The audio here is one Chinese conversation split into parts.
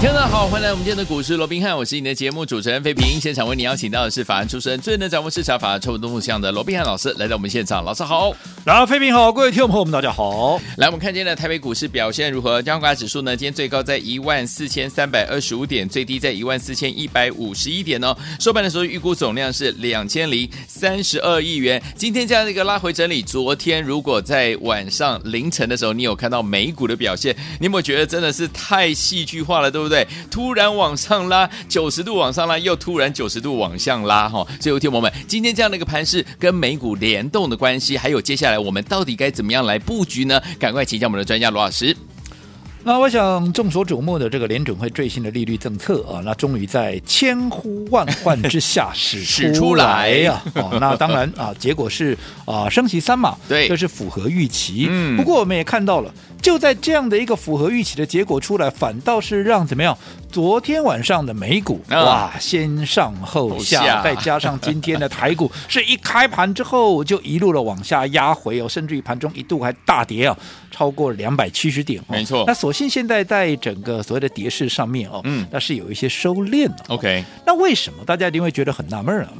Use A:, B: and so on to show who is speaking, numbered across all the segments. A: 听众朋友好，欢迎来我们今天的股市罗宾汉，我是你的节目主持人费平。现场为你邀请到的是法案出身、最能掌握市场法案臭动动向的罗宾汉老师，来到我们现场。老师好，
B: 然后，飞平好，各位听众朋友们，大家好。
A: 来我们看今天的台北股市表现如何？加权指数呢，今天最高在一万四千三百二十五点，最低在一万四千一百五十一点哦。收盘的时候预估总量是两千零三十二亿元。今天这样的一个拉回整理，昨天如果在晚上凌晨的时候，你有看到美股的表现，你有没有觉得真的是太戏剧化了，对不对？突然往上拉九十度往上拉，又突然九十度往向拉哈、所以，有听我们今天这样的一个盘势跟美股联动的关系，还有接下来我们到底该怎么样来布局呢？赶快请教我们的专家罗老师。
B: 那我想，众所瞩目的这个联准会最新的利率政策啊，那终于在千呼万唤之下 使
A: 使出
B: 出
A: 来
B: 来呀、啊。那当然啊，结果是啊，升息三码，
A: 对
B: 这是符合预期。
A: 嗯
B: 不过我们也看到了，就在这样的一个符合预期的结果出来，反倒是让怎么样？昨天晚上的美股、
A: 啊
B: 哇，先上后下，
A: 后下
B: 再 加上今天的台股是一开盘之后就一路的往下压回哦，甚至于盘中一度还大跌啊，超过两百七十点哦。
A: 没错
B: 那所幸现在在整个所谓的跌势上面哦，
A: 嗯哦
B: 那是有一些收敛的、
A: OK，
B: 那为什么大家一定会觉得很纳闷儿啊？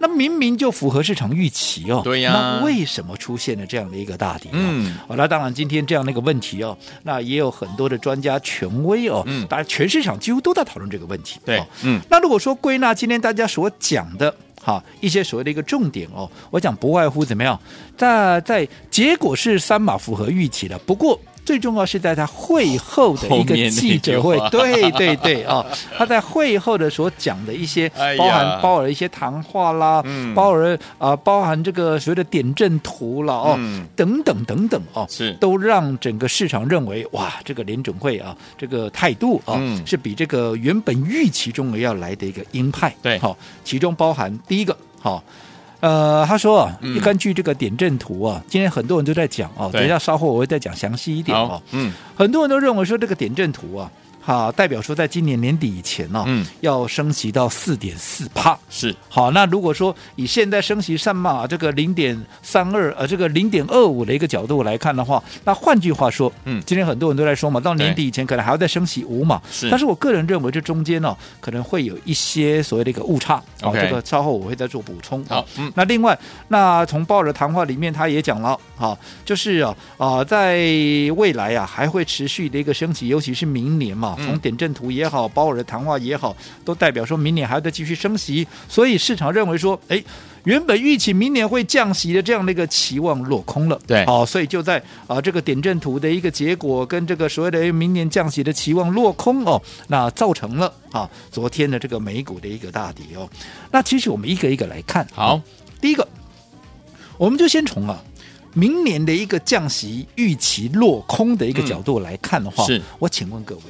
B: 那明明就符合市场预期哦，
A: 对呀
B: 那为什么出现了这样的一个大跌、啊？
A: 嗯，
B: 好、那当然今天这样的一个问题哦，那也有很多的专家权威哦，
A: 嗯
B: 大家全市场几乎都在讨论这个问题。
A: 对
B: 哦
A: 嗯，
B: 那如果说归纳今天大家所讲的。哈，一些所谓的一个重点哦，我讲不外乎怎么样，在在结果是三马符合预期的，不过最重要是在他会后的一
A: 后面那
B: 个记
A: 句
B: 者
A: 话
B: 会，对对对啊、哦，他在会后的所讲的一些，
A: 哎呀
B: 包含包尔的一些谈话啦，
A: 嗯
B: 包尔啊、包含这个所谓的点阵图啦，哦，
A: 嗯
B: 等等等等哦，
A: 是
B: 都让整个市场认为哇，这个联准会啊，这个态度啊，
A: 嗯
B: 是比这个原本预期中的要来的一个鹰派。
A: 对
B: 好、其中包含第一个好。呃，他说啊
A: 嗯，
B: 根据这个点阵图啊，今天很多人都在讲哦，
A: 对
B: 等一下稍后我会再讲详细一点哦
A: 好。，嗯，
B: 很多人都认为说这个点阵图啊，哈、代表说在今年年底以前呢、
A: 嗯
B: 要升息到四点四帕。
A: 是
B: 好，那如果说以现在升息上嘛，这个零点三二呃，这个零点二五的一个角度来看的话，那换句话说，
A: 嗯
B: 今天很多人都在说嘛，到年
A: 对嗯
B: 底以前可能还要再升息五嘛，
A: 是
B: 但是我个人认为这中间呢、可能会有一些所谓的一个误差，好
A: OK
B: 这个稍后我会再做补充。啊
A: 好嗯
B: 那另外，那从鲍尔的谈话里面他也讲了，好、就是啊啊、在未来啊还会持续的一个升息，尤其是明年嘛，
A: 嗯
B: 从点阵图也好，鲍尔的谈话也好，都代表说明年还要再继续升息，所以市场认为说，哎。原本预期明年会降息的这样的一个期望落空了，
A: 对
B: 好、所以就在啊、这个点阵图的一个结果跟这个所谓的明年降息的期望落空哦，那造成了啊昨天的这个美股的一个大跌哦。那其实我们一个一个来看，
A: 好，
B: 第一个，我们就先从啊明年的一个降息预期落空的一个角度来看的话，
A: 嗯是
B: 我请问各位，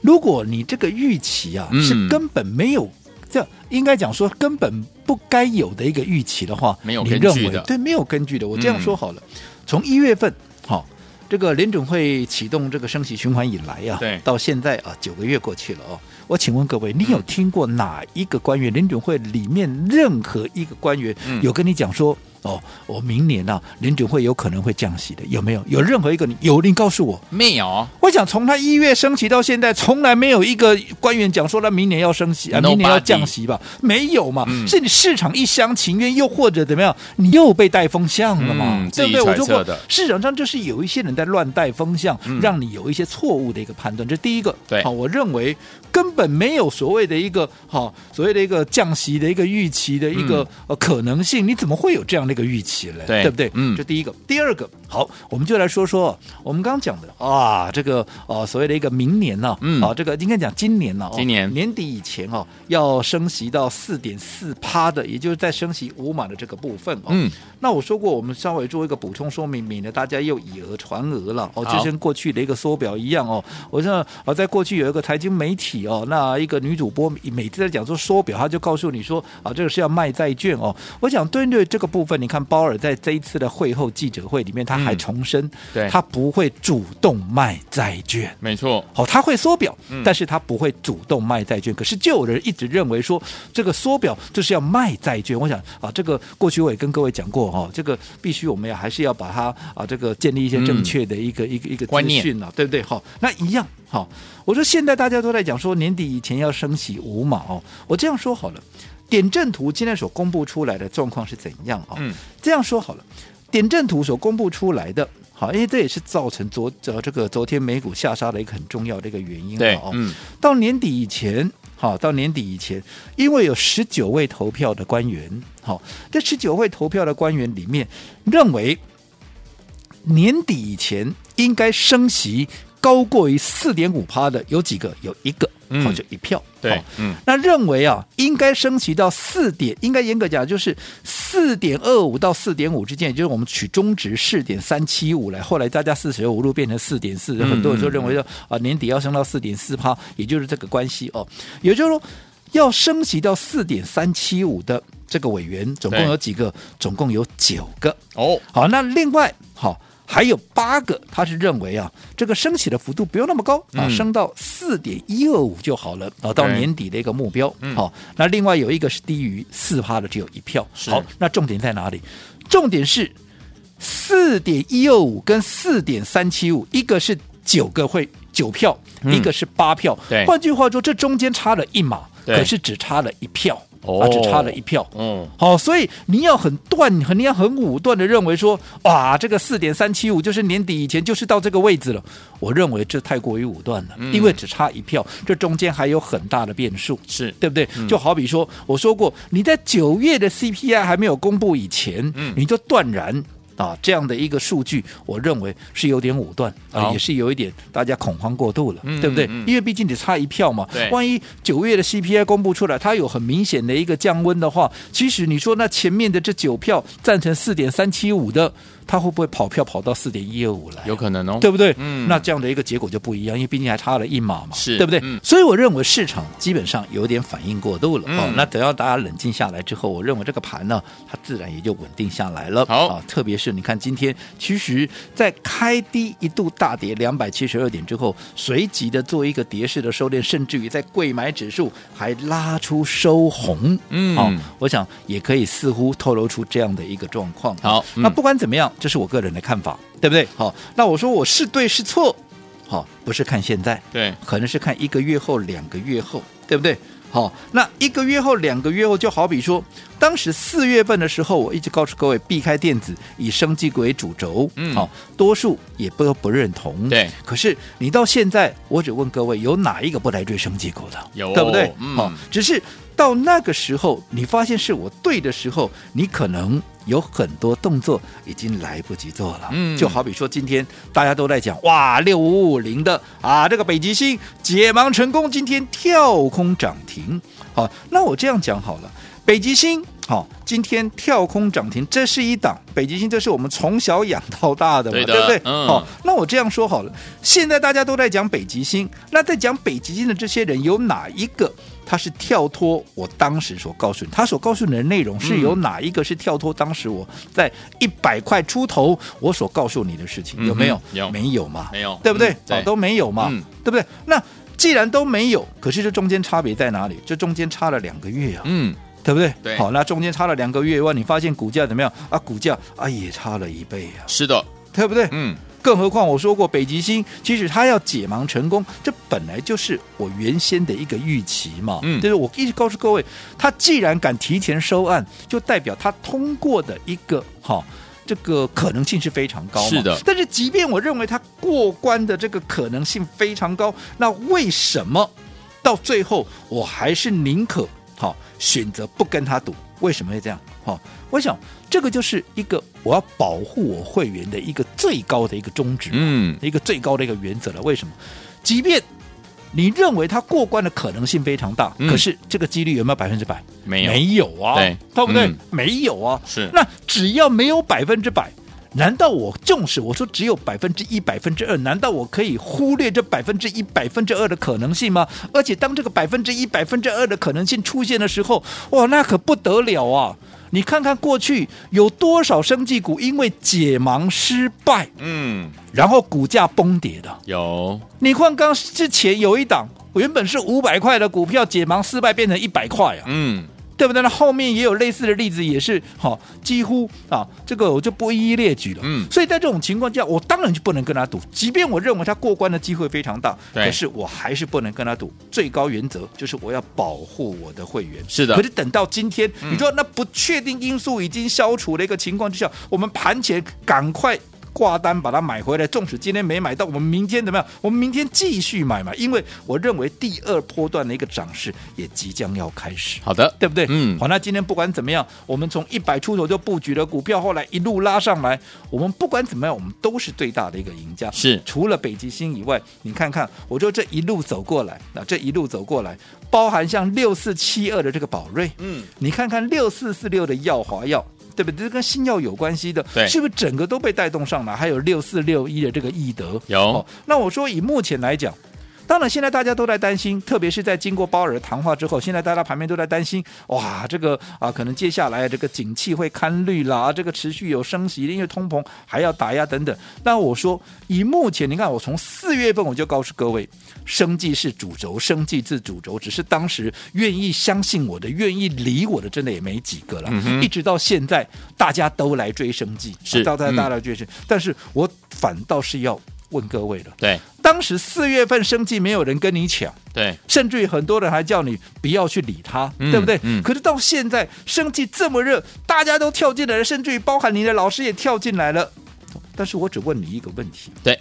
B: 如果你这个预期啊、
A: 嗯
B: 是根本没有，这应该讲说根本不该有的一个预期的话，
A: 没有
B: 你
A: 根
B: 认
A: 据
B: 为
A: 的
B: 对，没有根据的。我这样
A: 嗯
B: 说好了，从一月份好。这个联准会启动这个升息循环以来啊，
A: 对
B: 到现在啊九个月过去了哦。我请问各位，你有听过哪一个官员，联准会里面任何一个官员
A: 嗯
B: 有跟你讲说，哦，我明年啊联准会有可能会降息的，有没有？有任何一个你有？你告诉我。
A: 没有
B: 我想从他一月升息到现在，从来没有一个官员讲说他明年要升息啊，
A: Nobody
B: 明年要降息吧？没有嘛？
A: 嗯
B: 是你市场一厢情愿，又或者怎么样，你又被带风向了嘛？
A: 嗯
B: 对
A: 自
B: 不对？
A: 己
B: 我
A: 揣
B: 就
A: 测
B: 说
A: 的
B: 市场上就是有一些人在乱带风向，
A: 嗯
B: 让你有一些错误的一个判断。这第一个，
A: 对
B: 好，我认为根本没有所谓的一个好所谓的一个降息的一个预期的一个、呃可能性，你怎么会有这样那个预期了，
A: 嗯对
B: 不对？
A: 嗯
B: 这第一个，第二个，好，我们就来说说我们刚刚讲的啊，这个哦、所谓的一个明年呢、
A: 嗯
B: 啊，这个应该讲今年呢、哦
A: 今年
B: 年底以前哦，要升息到四点四趴的，也就是在升息五码的这个部分哦。
A: 嗯，
B: 那我说过，我们稍微做一个补充说明，免得大家又以讹传讹了哦，
A: 好
B: 就跟过去的一个缩表一样哦。我像哦，在过去有一个财经媒体哦，那一个女主播每次在讲说缩表，她就告诉你说啊，这个是要卖债券哦。我想对对这个部分，你看鲍尔在这一次的会后记者会里面，他还
A: 嗯
B: 重申，
A: 对
B: 他不会主动卖债券。
A: 没错，
B: 哦，他会缩表
A: 嗯，
B: 但是他不会主动卖债券。可是就有人一直认为说，这个缩表就是要卖债券。我想啊，这个过去我也跟各位讲过哦，这个必须我们要还是要把它啊，这个建立一些正确的一个、一个一
A: 嗯
B: 个
A: 观
B: 资
A: 念
B: 讯啊，对不对？好、那一样好、我说现在大家都在讲说年底以前要升息五码哦，我这样说好了。点阵图今天所公布出来的状况是怎样啊、哦？
A: 嗯，
B: 这样说好了，点阵图所公布出来的，好，因为这也是造成昨呃这个昨天美股下杀的一个很重要的一个原因
A: 对
B: 了哦，
A: 嗯，
B: 到年底以前，好，到年底以前，因为有十九位投票的官员，好，这十九位投票的官员里面，认为年底以前应该升息高过于四点五趴的有几个？有一个，
A: 嗯
B: 好，就一票，
A: 对
B: 好，
A: 嗯，
B: 那认为啊，应该升息到四点，应该严格讲就是四点二五到四点五之间，也就是我们取中值四点三七五来。后来大家四舍五入变成四点四，
A: 嗯
B: 很多人就认为说啊、年底要升到四点四趴，也就是这个关系哦。也就是说，要升息到四点三七五的这个委员总共
A: 对
B: 有几个？总共有九个。
A: 哦，
B: 好，那另外好。还有八个，他是认为啊，这个升息的幅度不用那么高啊，
A: 嗯
B: 升到四点一二五就好了啊，到
A: 对
B: 年底的一个目标。好、
A: 嗯
B: 那另外有一个是低于四趴的，只有一票。
A: 是
B: 好，那重点在哪里？重点是四点一二五跟四点三七五，一个是九个会九票，
A: 嗯
B: 一个是八票。
A: 对
B: 换句话说，这中间差了一码，
A: 对
B: 可是只差了一票，
A: 哦
B: 啊，只差了一票。
A: 嗯，
B: 好、所以你要很断，很你要很武断的认为说，哇，这个四点三七五就是年底以前就是到这个位置了。我认为这太过于武断了，
A: 嗯
B: 因为只差一票，这中间还有很大的变数。
A: 是嗯
B: 对不对？就好比说，我说过，你在九月的 CPI 还没有公布以前，
A: 嗯
B: 你就断然。啊，这样的一个数据，我认为是有点武断啊
A: 好，
B: 也是有一点大家恐慌过度了，
A: 嗯
B: 对不对？
A: 嗯嗯
B: 因为毕竟只差一票嘛
A: 对，
B: 万一九月的 CPI 公布出来，它有很明显的一个降温的话，其实你说那前面的这九票赞成四点三七五的，它会不会跑票跑到四点一二五来？
A: 有可能哦，
B: 对不对？
A: 嗯
B: 那这样的一个结果就不一样，因为毕竟还差了一码嘛，
A: 是
B: 对不对？
A: 嗯
B: 所以我认为市场基本上有点反应过度了。
A: 嗯
B: 哦，那等到大家冷静下来之后，我认为这个盘呢，它自然也就稳定下来了。
A: 好
B: 啊，特别是你看今天，其实在开低一度大跌两百七十二点之后，随即的做一个跌势的收敛，甚至于在贵买指数还拉出收红。哦
A: 嗯
B: 好、我想也可以似乎透露出这样的一个状况。
A: 好嗯
B: 那不管怎么样，这是我个人的看法，对不对？好，那我说我是对是错，好，不是看现在，
A: 对，
B: 可能是看一个月后、两个月后，对不对？好，那一个月后、两个月后，就好比说，当时四月份的时候，我一直告诉各位避开电子，以生技股为主轴，
A: 嗯
B: 好，多数也不不认同，
A: 对。
B: 可是你到现在，我只问各位，有哪一个不来追生技股的？
A: 有
B: 对不对？
A: 嗯
B: 好只是到那个时候，你发现是我对的时候，你可能有很多动作已经来不及做了。
A: 嗯
B: 就好比说今天大家都在讲，哇，六五五零的啊，这个北极星解盲成功，今天跳空涨停。好，那我这样讲好了，北极星。好，今天跳空涨停，这是一档北极星，这是我们从小养到大的嘛，
A: 对的
B: 不对？
A: 嗯
B: 好，那我这样说好了，现在大家都在讲北极星，那在讲北极星的这些人，有哪一个他是跳脱我当时所告诉你，他所告诉你的内容是有哪一个是跳脱当时我在一百块出头我所告诉你的事情，有没有
A: 嗯？哼有
B: 没有嘛？
A: 没有
B: 对不对
A: 嗯？对
B: 哦都没有嘛，
A: 嗯
B: 对不对？那既然都没有，可是这中间差别在哪里？这中间差了两个月啊。
A: 嗯，
B: 对不对？
A: 对
B: 好，那中间差了两个月哇，你发现股价怎么样啊？股价啊也差了一倍啊，
A: 是的，
B: 对不对？
A: 嗯，
B: 更何况我说过，北极星其实它要解盲成功，这本来就是我原先的一个预期嘛。
A: 嗯
B: 就是我一直告诉各位，它既然敢提前收案，就代表它通过的一个哈。这个可能性是非常高嘛，
A: 是的
B: 但是即便我认为它过关的这个可能性非常高，那为什么到最后我还是宁可好、选择不跟他赌。为什么会这样？好、我想这个就是一个我要保护我会员的一个最高的一个宗旨，
A: 嗯，
B: 一个最高的一个原则了。为什么？即便你认为它过关的可能性非常大，
A: 嗯
B: 可是这个几率有没有百分之百？
A: 没有
B: 没有啊，
A: 对
B: 不对？
A: 嗯
B: 没有啊。
A: 是
B: 那只要没有百分之百。难道我重视？我说只有百分之一、百分之二，难道我可以忽略这百分之一、百分之二的可能性吗？而且当这个百分之一、百分之二的可能性出现的时候，哇，那可不得了啊！你看看过去有多少生技股因为解盲失败，
A: 嗯，
B: 然后股价崩跌的，
A: 有，
B: 你看刚之前有一档，原本是五百块的股票解盲失败变成一百块啊，
A: 嗯，
B: 对不对？那后面也有类似的例子，也是好、几乎啊，这个我就不一一列举了。
A: 嗯
B: 所以在这种情况下，我当然就不能跟他赌，即便我认为他过关的机会非常大，
A: 对
B: 可是我还是不能跟他赌。最高原则就是我要保护我的会员。
A: 是的嗯
B: 可是等到今天，你说那不确定因素已经消除的一个情况之下，我们盘前赶快。挂单把它买回来，纵使今天没买到，我们明天怎么样？我们明天继续买嘛，因为我认为第二波段的一个涨势也即将要开始。
A: 好的，
B: 对不对？
A: 嗯
B: 好，那今天不管怎么样，我们从一百出头就布局了股票，后来一路拉上来，我们不管怎么样，我们都是最大的一个赢家。
A: 是
B: 除了北极星以外，你看看，我说这一路走过来，那这一路走过来，包含像六四七二的这个宝瑞，
A: 嗯，
B: 你看看六四四六的耀华药。对不对？这跟新药有关系的，
A: 对
B: 是不是整个都被带动上来？还有六四六一的这个易德，哦
A: 有
B: 那我说以目前来讲，当然现在大家都在担心，特别是在经过鲍尔的谈话之后，现在大家旁边都在担心，哇，这个啊，可能接下来这个景气会堪虑啦，啊这个持续有升息，因为通膨还要打压等等。但我说以目前，你看我从四月份我就告诉各位，生计是主轴，生计是主轴，只是当时愿意相信我的、愿意理我的，真的也没几个了。
A: 嗯
B: 一直到现在，大家都来追生计，
A: 是
B: 到大
A: 嗯
B: 家来追生，但是我反倒是要问各位了。
A: 对
B: 当时四月份生计没有人跟你抢，
A: 对，
B: 甚至于很多人还叫你不要去理它，
A: 嗯
B: 对不对？
A: 嗯
B: 可是到现在生计这么热，大家都跳进来了，甚至于包含你的老师也跳进来了。但是我只问你一个问题，
A: 对，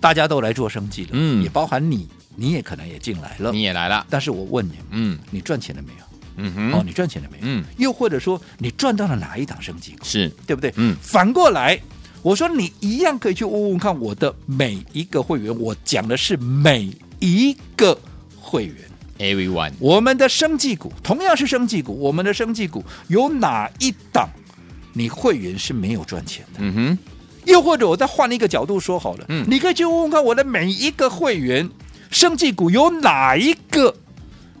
B: 大家都来做生计了，
A: 嗯
B: 也包含你，你也可能也进来了
A: 你。也来了，
B: 但是我问你，
A: 嗯
B: 你赚钱了没有？
A: 嗯
B: 哦，
A: 哼，
B: 你赚钱了没有？
A: 嗯，
B: 又或者说你赚到了哪一档生计股？
A: 是，
B: 对不对？
A: 嗯
B: 反过来，我说你一样可以去问问看我的每一个会员，我讲的是每一个会员。
A: everyone，
B: 我们的生技股同样是生技股，我们的生技股有哪一档你会员是没有赚钱的？
A: 嗯哼，
B: 又或者我再换一个角度说好了，
A: 嗯
B: 你可以去问问看我的每一个会员，生技股有哪一个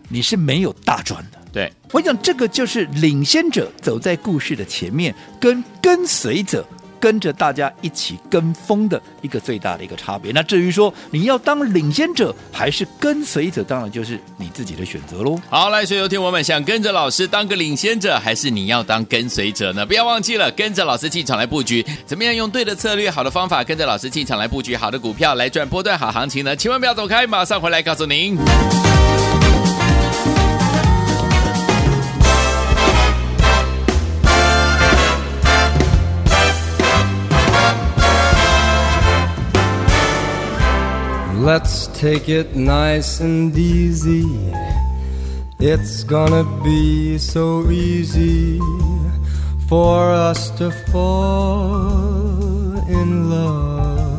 B: 你是没有大赚的？
A: 对，
B: 我想这个就是领先者走在故事的前面，跟跟随者。跟着大家一起跟风的一个最大的一个差别。那至于说你要当领先者还是跟随者，当然就是你自己的选择喽。
A: 好，来，所有听我们想跟着老师当个领先者，还是你要当跟随者呢？不要忘记了，跟着老师进场来布局，怎么样用对的策略、好的方法，跟着老师进场来布局好的股票，来赚波段好行情呢？千万不要走开，马上回来告诉您。
C: Let's take it nice and easy. It's gonna be so easy for us to fall in love.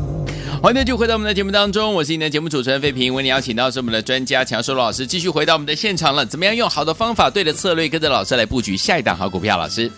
A: 欢迎继续回到我们的节目当中，我是你的节目主持人费平，为你邀请到是我们的专家强硕罗老师，继续回到我们的现场了。怎么样用好的方法、对的策略，跟着老师来布局下一档好股票？老师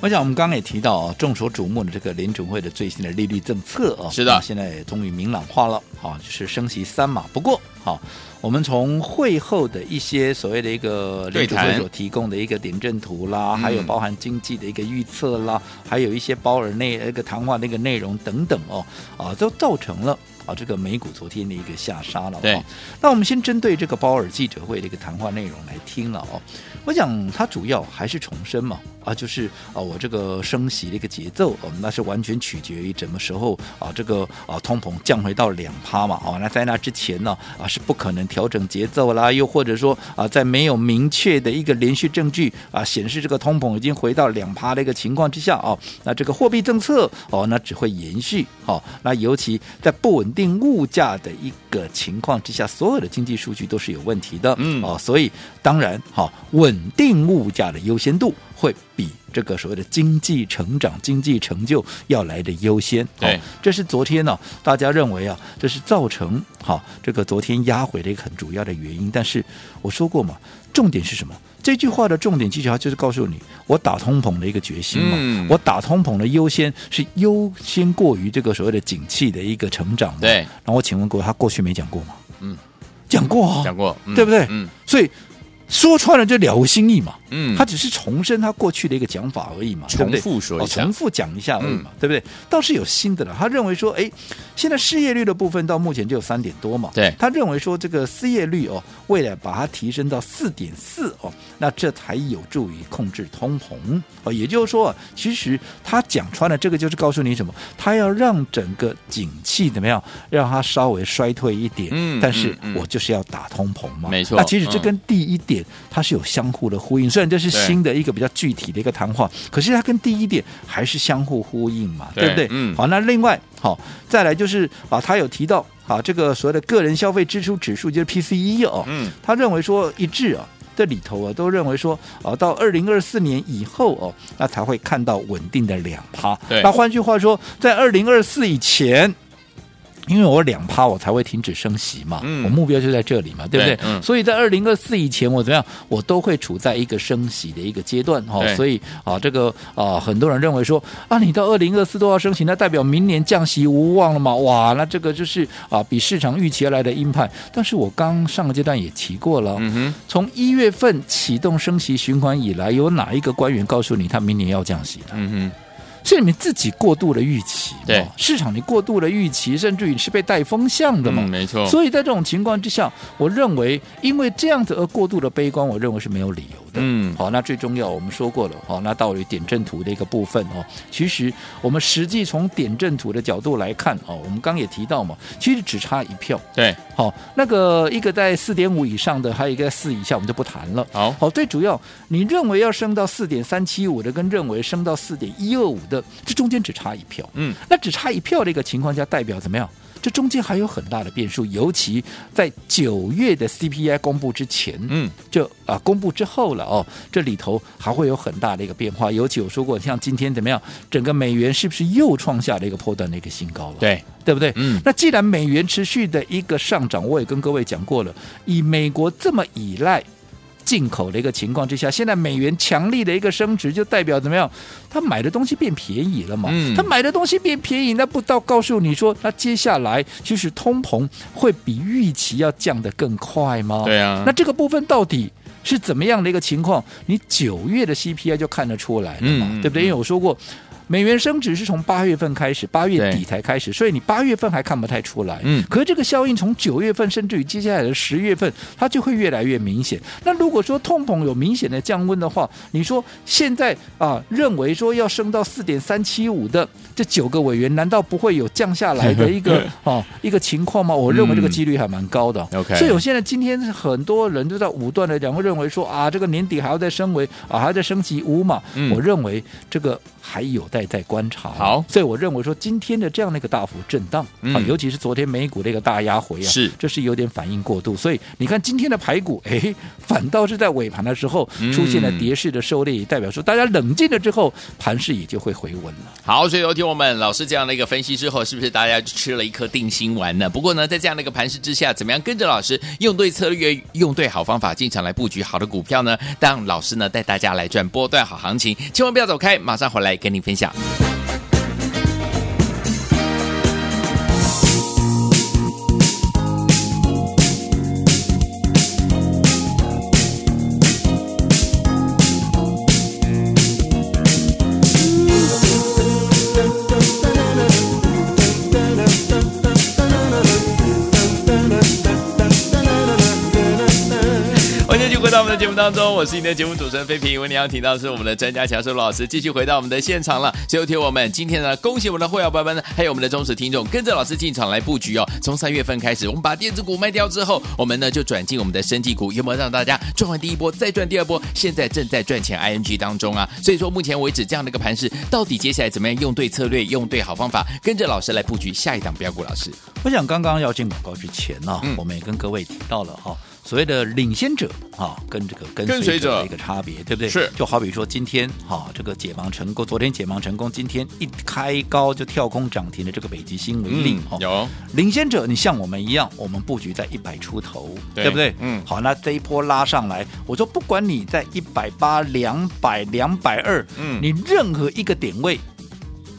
B: 我想我们刚刚也提到啊，众所瞩目的这个联准会的最新的利率政策啊，
A: 是的
B: 那现在也终于明朗化了，好、就是升息三码。不过，好、我们从会后的一些所谓的一个
A: 对
B: 联准会
A: 谈
B: 所提供的一个点阵图啦，
A: 嗯
B: 还有包含经济的一个预测啦，还有一些鲍尔内那个谈话那个内容等等哦，啊，都造成了。啊，这个美股昨天的一个下杀了。
A: 对
B: 哦，那我们先针对这个鲍尔记者会的一个谈话内容来听了哦。我想它主要还是重申嘛，啊，就是啊，我这个升息的一个节奏，哦，那是完全取决于什么时候啊，这个啊通膨降回到两趴嘛，哦，那在那之前呢，啊是不可能调整节奏啦，又或者说啊，在没有明确的一个连续证据啊显示这个通膨已经回到两趴的一个情况之下哦，那这个货币政策哦，那只会延续哦，那尤其在不稳定物价的一个情况之下，所有的经济数据都是有问题的，
A: 嗯
B: 哦，所以当然哈、哦，稳定物价的优先度会比。这个所谓的经济成长、经济成就要来的优先，哦
A: 对
B: 这是昨天呢、大家认为啊，这是造成好、这个昨天压回的一个很主要的原因。但是我说过嘛，重点是什么？这句话的重点技巧就是告诉你，我打通膨的一个决心嘛，
A: 嗯
B: 我打通膨的优先是优先过于这个所谓的景气的一个成长嘛。
A: 对
B: 然后我请问各位，他过去没讲过吗？
A: 嗯，
B: 讲过啊，
A: 讲过，嗯
B: 对不对？
A: 嗯
B: 所以说穿了就了无新意嘛。
A: 嗯，
B: 他只是重申他过去的一个讲法而已嘛，对不对
A: 重复说一下嗯
B: 哦重复讲一下而已嘛，对不对？倒是有新的了，他认为说，哎，现在失业率的部分到目前只有三点多嘛，
A: 对
B: 他认为说这个失业率哦，未来把它提升到四点四哦，那这才有助于控制通膨哦。也就是说啊，其实他讲穿了这个就是告诉你什么，他要让整个景气怎么样，让它稍微衰退一点，
A: 嗯
B: 但是
A: 嗯嗯
B: 我就是要打通膨嘛，
A: 没错
B: 那其实这
A: 嗯
B: 跟第一点它是有相互的呼应，虽然这是
A: 对
B: 新。新的一个比较具体的一个谈话，可是它跟第一点还是相互呼应嘛，
A: 对
B: 对不对？
A: 嗯
B: 好，那另外好，再来就是啊，他有提到啊，这个所谓的个人消费支出指数就是 PCE 哦，
A: 嗯
B: 他认为说一致啊。这里头啊，都认为说啊，到二零二四年以后哦，那才会看到稳定的两趴。
A: 对
B: 那换句话说，在二零二四以前，因为我两趴我才会停止升息嘛，
A: 嗯
B: 我目标就在这里嘛，对不对？
A: 对嗯
B: 所以在二零二四以前，我怎么样，我都会处在一个升息的一个阶段哦
A: 对。
B: 所以啊，这个啊，很多人认为说啊，你到二零二四都要升息，那代表明年降息无望了嘛？哇，那这个就是啊，比市场预期而来的鹰派。但是我刚上个阶段也提过了哦，
A: 嗯哼，
B: 从一月份启动升息循环以来，有哪一个官员告诉你他明年要降息的？
A: 嗯
B: 是你们自己过度的预期嘛，
A: 对
B: 市场你过度的预期，甚至于你是被带风向
A: 哼，
B: 的嘛。
A: 嗯没错，
B: 所以在这种情况之下，我认为因为这样子而过度的悲观，我认为是没有理由的。
A: 嗯
B: 好，那最重要我们说过了，好，那到底点阵图的一个部分哦，其实我们实际从点阵图的角度来看哦，我们刚也提到嘛，其实只差一票。
A: 对，
B: 好、那个一个在四点五以上的，还有一个在四以下，我们就不谈了。
A: 好
B: 好、最主要你认为要升到四点三七五的，跟认为升到四点一二五的，这中间只差一票。
A: 嗯，
B: 那只差一票的一个情况下，代表怎么样？这中间还有很大的变数，尤其在九月的 CPI 公布之前，
A: 嗯，
B: 就啊、公布之后了哦，这里头还会有很大的一个变化。尤其我说过，像今天怎么样，整个美元是不是又创下了一个波段的一个新高了？
A: 对，
B: 对不对？
A: 嗯
B: 那既然美元持续的一个上涨，我也跟各位讲过了，以美国这么依赖。进口的一个情况之下，现在美元强力的一个升值，就代表怎么样？他买的东西变便宜了嘛？
A: 嗯
B: 他买的东西变便宜，那不到告诉你说，那接下来其实通膨会比预期要降得更快吗？
A: 对啊
B: 那这个部分到底是怎么样的一个情况？你九月的 CPI 就看得出来了嘛，
A: 嗯嗯
B: 对不对？因为我说过。美元升值是从八月份开始，八月
A: 对
B: 底才开始，所以你八月份还看不太出来。
A: 嗯
B: 可是这个效应从九月份，甚至于接下来的十月份，它就会越来越明显。那如果说通膨有明显的降温的话，你说现在啊，认为说要升到四点三七五的这九个委员，难道不会有降下来的 一个啊一个情况吗？我认为这个
A: 嗯
B: 几率还蛮高的。
A: OK
B: 所以我现在今天很多人都在武断的讲，会认为说啊，这个年底还要再升为啊，还要再升级五嘛。
A: 嗯
B: 我认为这个还有待再观察。
A: 好
B: 所以我认为说今天的这样的一个大幅震荡、啊
A: 嗯，
B: 尤其是昨天美股的一个大压回啊，
A: 是
B: 这是有点反应过度。所以你看今天的排 骨，哎，反倒是在尾盘的时候
A: 嗯
B: 出现了跌势的狩猎，也代表说大家冷静了之后，盘势也就会回稳了。
A: 好，所以有听我们老师这样的一个分析之后，是不是大家就吃了一颗定心丸呢？不过呢，在这样的一个盘势之下，怎么样跟着老师用对策略、用对好方法进场来布局好的股票呢？让老师呢带大家来赚波段好行情，千万不要走开，马上回来跟您分享。欢迎继续回到我们的节目当中，我是你的节目主持人飞平。为您邀请到的是我们的专家乔树老师，继续回到我们的现场了。所有听友们，今天呢，恭喜我们的会员朋友们，还有我们的忠实听众，跟着老师进场来布局哦。从三月份开始，我们把电子股卖掉之后，我们呢就转进我们的生技股，有没有让大家赚完第一波再赚第二波？现在正在赚钱 ING 当中啊。所以说，目前为止这样的一个盘势，到底接下来怎么样用对策略，用对好方法，跟着老师来布局下一档标股？老师，
B: 我想刚刚要进广告之前呢、
A: 嗯
B: 我们也跟各位提到了哈、所谓的领先者啊，跟这个
A: 跟
B: 跟
A: 随
B: 随
A: 者
B: 者的一个差别，对不对？
A: 是
B: 就好比说今天哈、这个解盲成功，昨天解盲成功，今天一开高就跳空涨停的这个北极星为例，哦
A: 嗯有
B: 领先者，你像我们一样，我们布局在一百出头，
A: 对
B: 不对？
A: 嗯
B: 好，那这一波拉上来，我说不管你在一百八、两百、两百二，
A: 嗯
B: 你任何一个点位，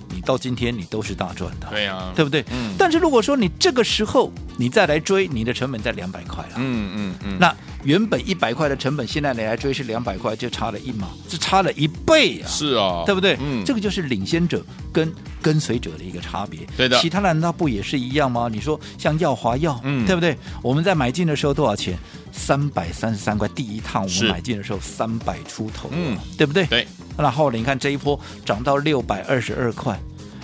B: 你到今天你都是大赚的，
A: 对啊，
B: 对不对？
A: 嗯
B: 但是如果说你这个时候你再来追，你的成本在两百块了。
A: 嗯嗯嗯，
B: 那原本一百块的成本，现在你来追是两百块，就差了一毛，就差了一倍啊！
A: 是哦，
B: 对不对？
A: 嗯，
B: 这个就是领先者跟跟随者的一个差别。
A: 对的
B: 其他难道不也是一样吗？你说像耀华药，
A: 嗯
B: 对不对？我们在买进的时候多少钱？三百三十三块，第一趟我
A: 是
B: 们买进的时候三百出头啊，
A: 嗯
B: 对不对？
A: 对，
B: 然后你看这一波涨到六百二十二块，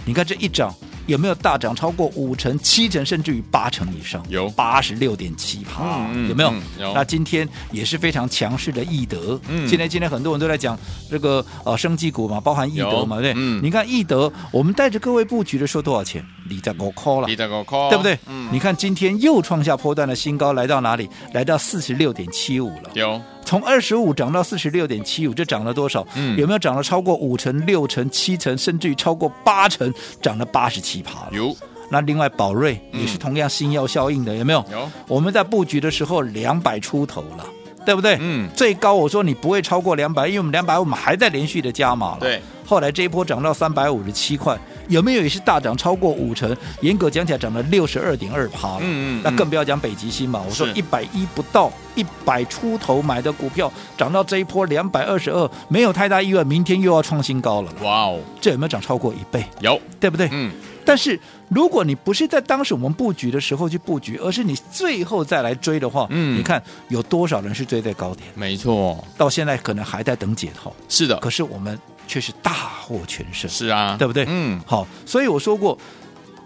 B: 你看这一涨。有没有大涨超过五成、七成，甚至于八成以上？
A: 有
B: 八十六点七趴，
A: 嗯嗯
B: 有没有
A: 嗯？有
B: 那今天也是非常强势的易德。
A: 嗯
B: 今天今天很多人都在讲这个呃生技股嘛，包含易
A: 有
B: 德嘛，对不对？
A: 嗯
B: 你看易德，我们带着各位布局的时候多少钱？你在我 call 了
A: 你。这个 call
B: 啊对不对？
A: 嗯，
B: 你看今天又创下波段的新高，来到哪里？来到四十六点七五了。
A: 有
B: 从二十五涨到四十六点七五，这涨了多少？
A: 嗯
B: 有没有涨了超过五成、六成、七成，甚至于超过八成？涨了八十七趴了。
A: 有
B: 那另外宝瑞
A: 嗯
B: 也是同样新药效应的，有没有？
A: 有。
B: 我们在布局的时候两百出头了，对不对？
A: 嗯
B: 最高我说你不会超过两百，因为我们两百我们还在连续的加码了。
A: 对。
B: 后来这一波涨到三百五十七块，有没有也是大涨超过五成？严格讲起来涨了六十二点二趴了。
A: 嗯嗯嗯
B: 那更不要讲北极星嘛，我说
A: 是
B: 一百一不到，一百出头买的股票涨到这一波两百二十二，没有太大意外，明天又要创新高了。
A: 哇哦，
B: 这有没有涨超过一倍？
A: 有
B: 对不对？
A: 嗯
B: 但是如果你不是在当时我们布局的时候去布局，而是你最后再来追的话，
A: 嗯
B: 你看有多少人是追在高点，
A: 没错，
B: 到现在可能还在等解套，
A: 是的，
B: 可是我们却是大获全胜，
A: 是啊，
B: 对不对？
A: 嗯，
B: 好，所以我说过，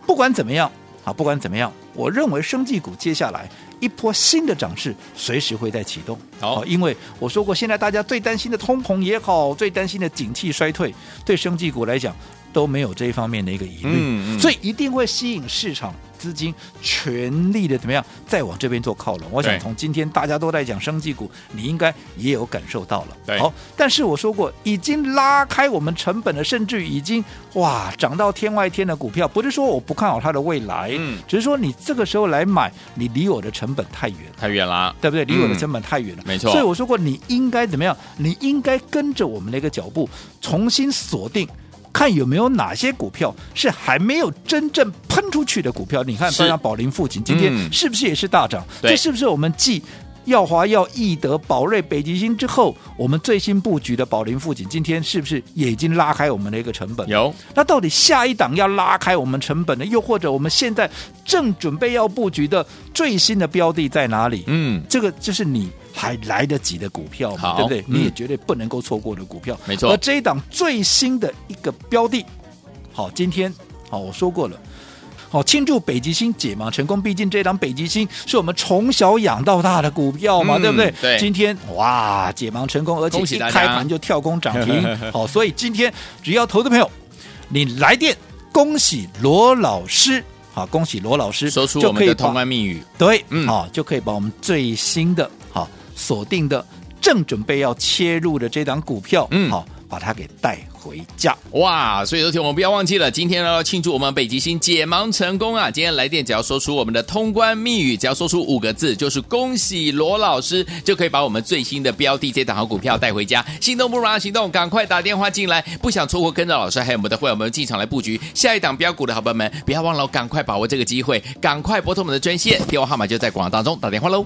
B: 不管怎么样啊，不管怎么样，我认为生技股接下来。一波新的涨势随时会在启动，
A: 好
B: 因为我说过，现在大家最担心的通膨也好，最担心的景气衰退，对生技股来讲都没有这一方面的一个疑虑。
A: 嗯嗯
B: 所以一定会吸引市场资金全力的怎么样，再往这边做靠拢。我想
A: 对
B: 从今天大家都在讲生技股，你应该也有感受到
A: 对
B: 了。好，但是我说过，已经拉开我们成本的，甚至已经哇涨到天外天的股票，不是说我不看好它的未来，
A: 嗯
B: 只是说你这个时候来买，你离我的成本太远了。
A: 太远了，
B: 对不对？离我的
A: 嗯
B: 成本太远了，
A: 没错
B: 所以我说过，你应该怎么样？你应该跟着我们的一个脚步，重新锁定，看有没有哪些股票是还没有真正喷出去的股票。你看，
A: 是
B: 包括宝林附近今天
A: 嗯
B: 是不是也是大涨？
A: 对
B: 这是不是我们继耀华药、易德、宝瑞、北极星之后，我们最新布局的宝林附近，今天是不是也已经拉开我们的一个成本？
A: 有
B: 那到底下一档要拉开我们成本的，又或者我们现在正准备要布局的最新的标的在哪里？
A: 嗯，
B: 这个就是你还来得及的股票
A: 好
B: 嘛，对不对？
A: 嗯
B: 你也绝对不能够错过的股票，
A: 没错
B: 而这一档最新的一个标的，好，今天好，我说过了。好，庆祝北极星解盲成功，毕竟这档北极星是我们从小养到大的股票嘛，
A: 嗯
B: 对不对？
A: 对
B: 今天哇，解盲成功，而且
A: 恭喜
B: 一
A: 大家
B: 开盘就跳空涨停。 好，所以今天只要投资朋友你来电，恭喜罗老师，好，恭喜罗老师，
A: 说出
B: 就
A: 我们
B: 可
A: 的
B: 以把
A: 通关密语，
B: 对，
A: 嗯
B: 好、就可以把我们最新的好锁定的正准备要切入的这档股票，
A: 嗯
B: 好、把它给带回家。
A: 哇！所以昨天我们不要忘记了，今天呢要庆祝我们北极星解盲成功啊！今天来电只要说出我们的通关密语，只要说出五个字，就是恭喜罗老师，就可以把我们最新的标的这档好股票带回家。心动不如马上行动，赶快打电话进来！不想错过跟着老师还有我们的会员们进场来布局下一档标股的好朋友们，不要忘了哦赶快把握这个机会，赶快拨通我们的专线，电话号码就在广告当中，打电话喽。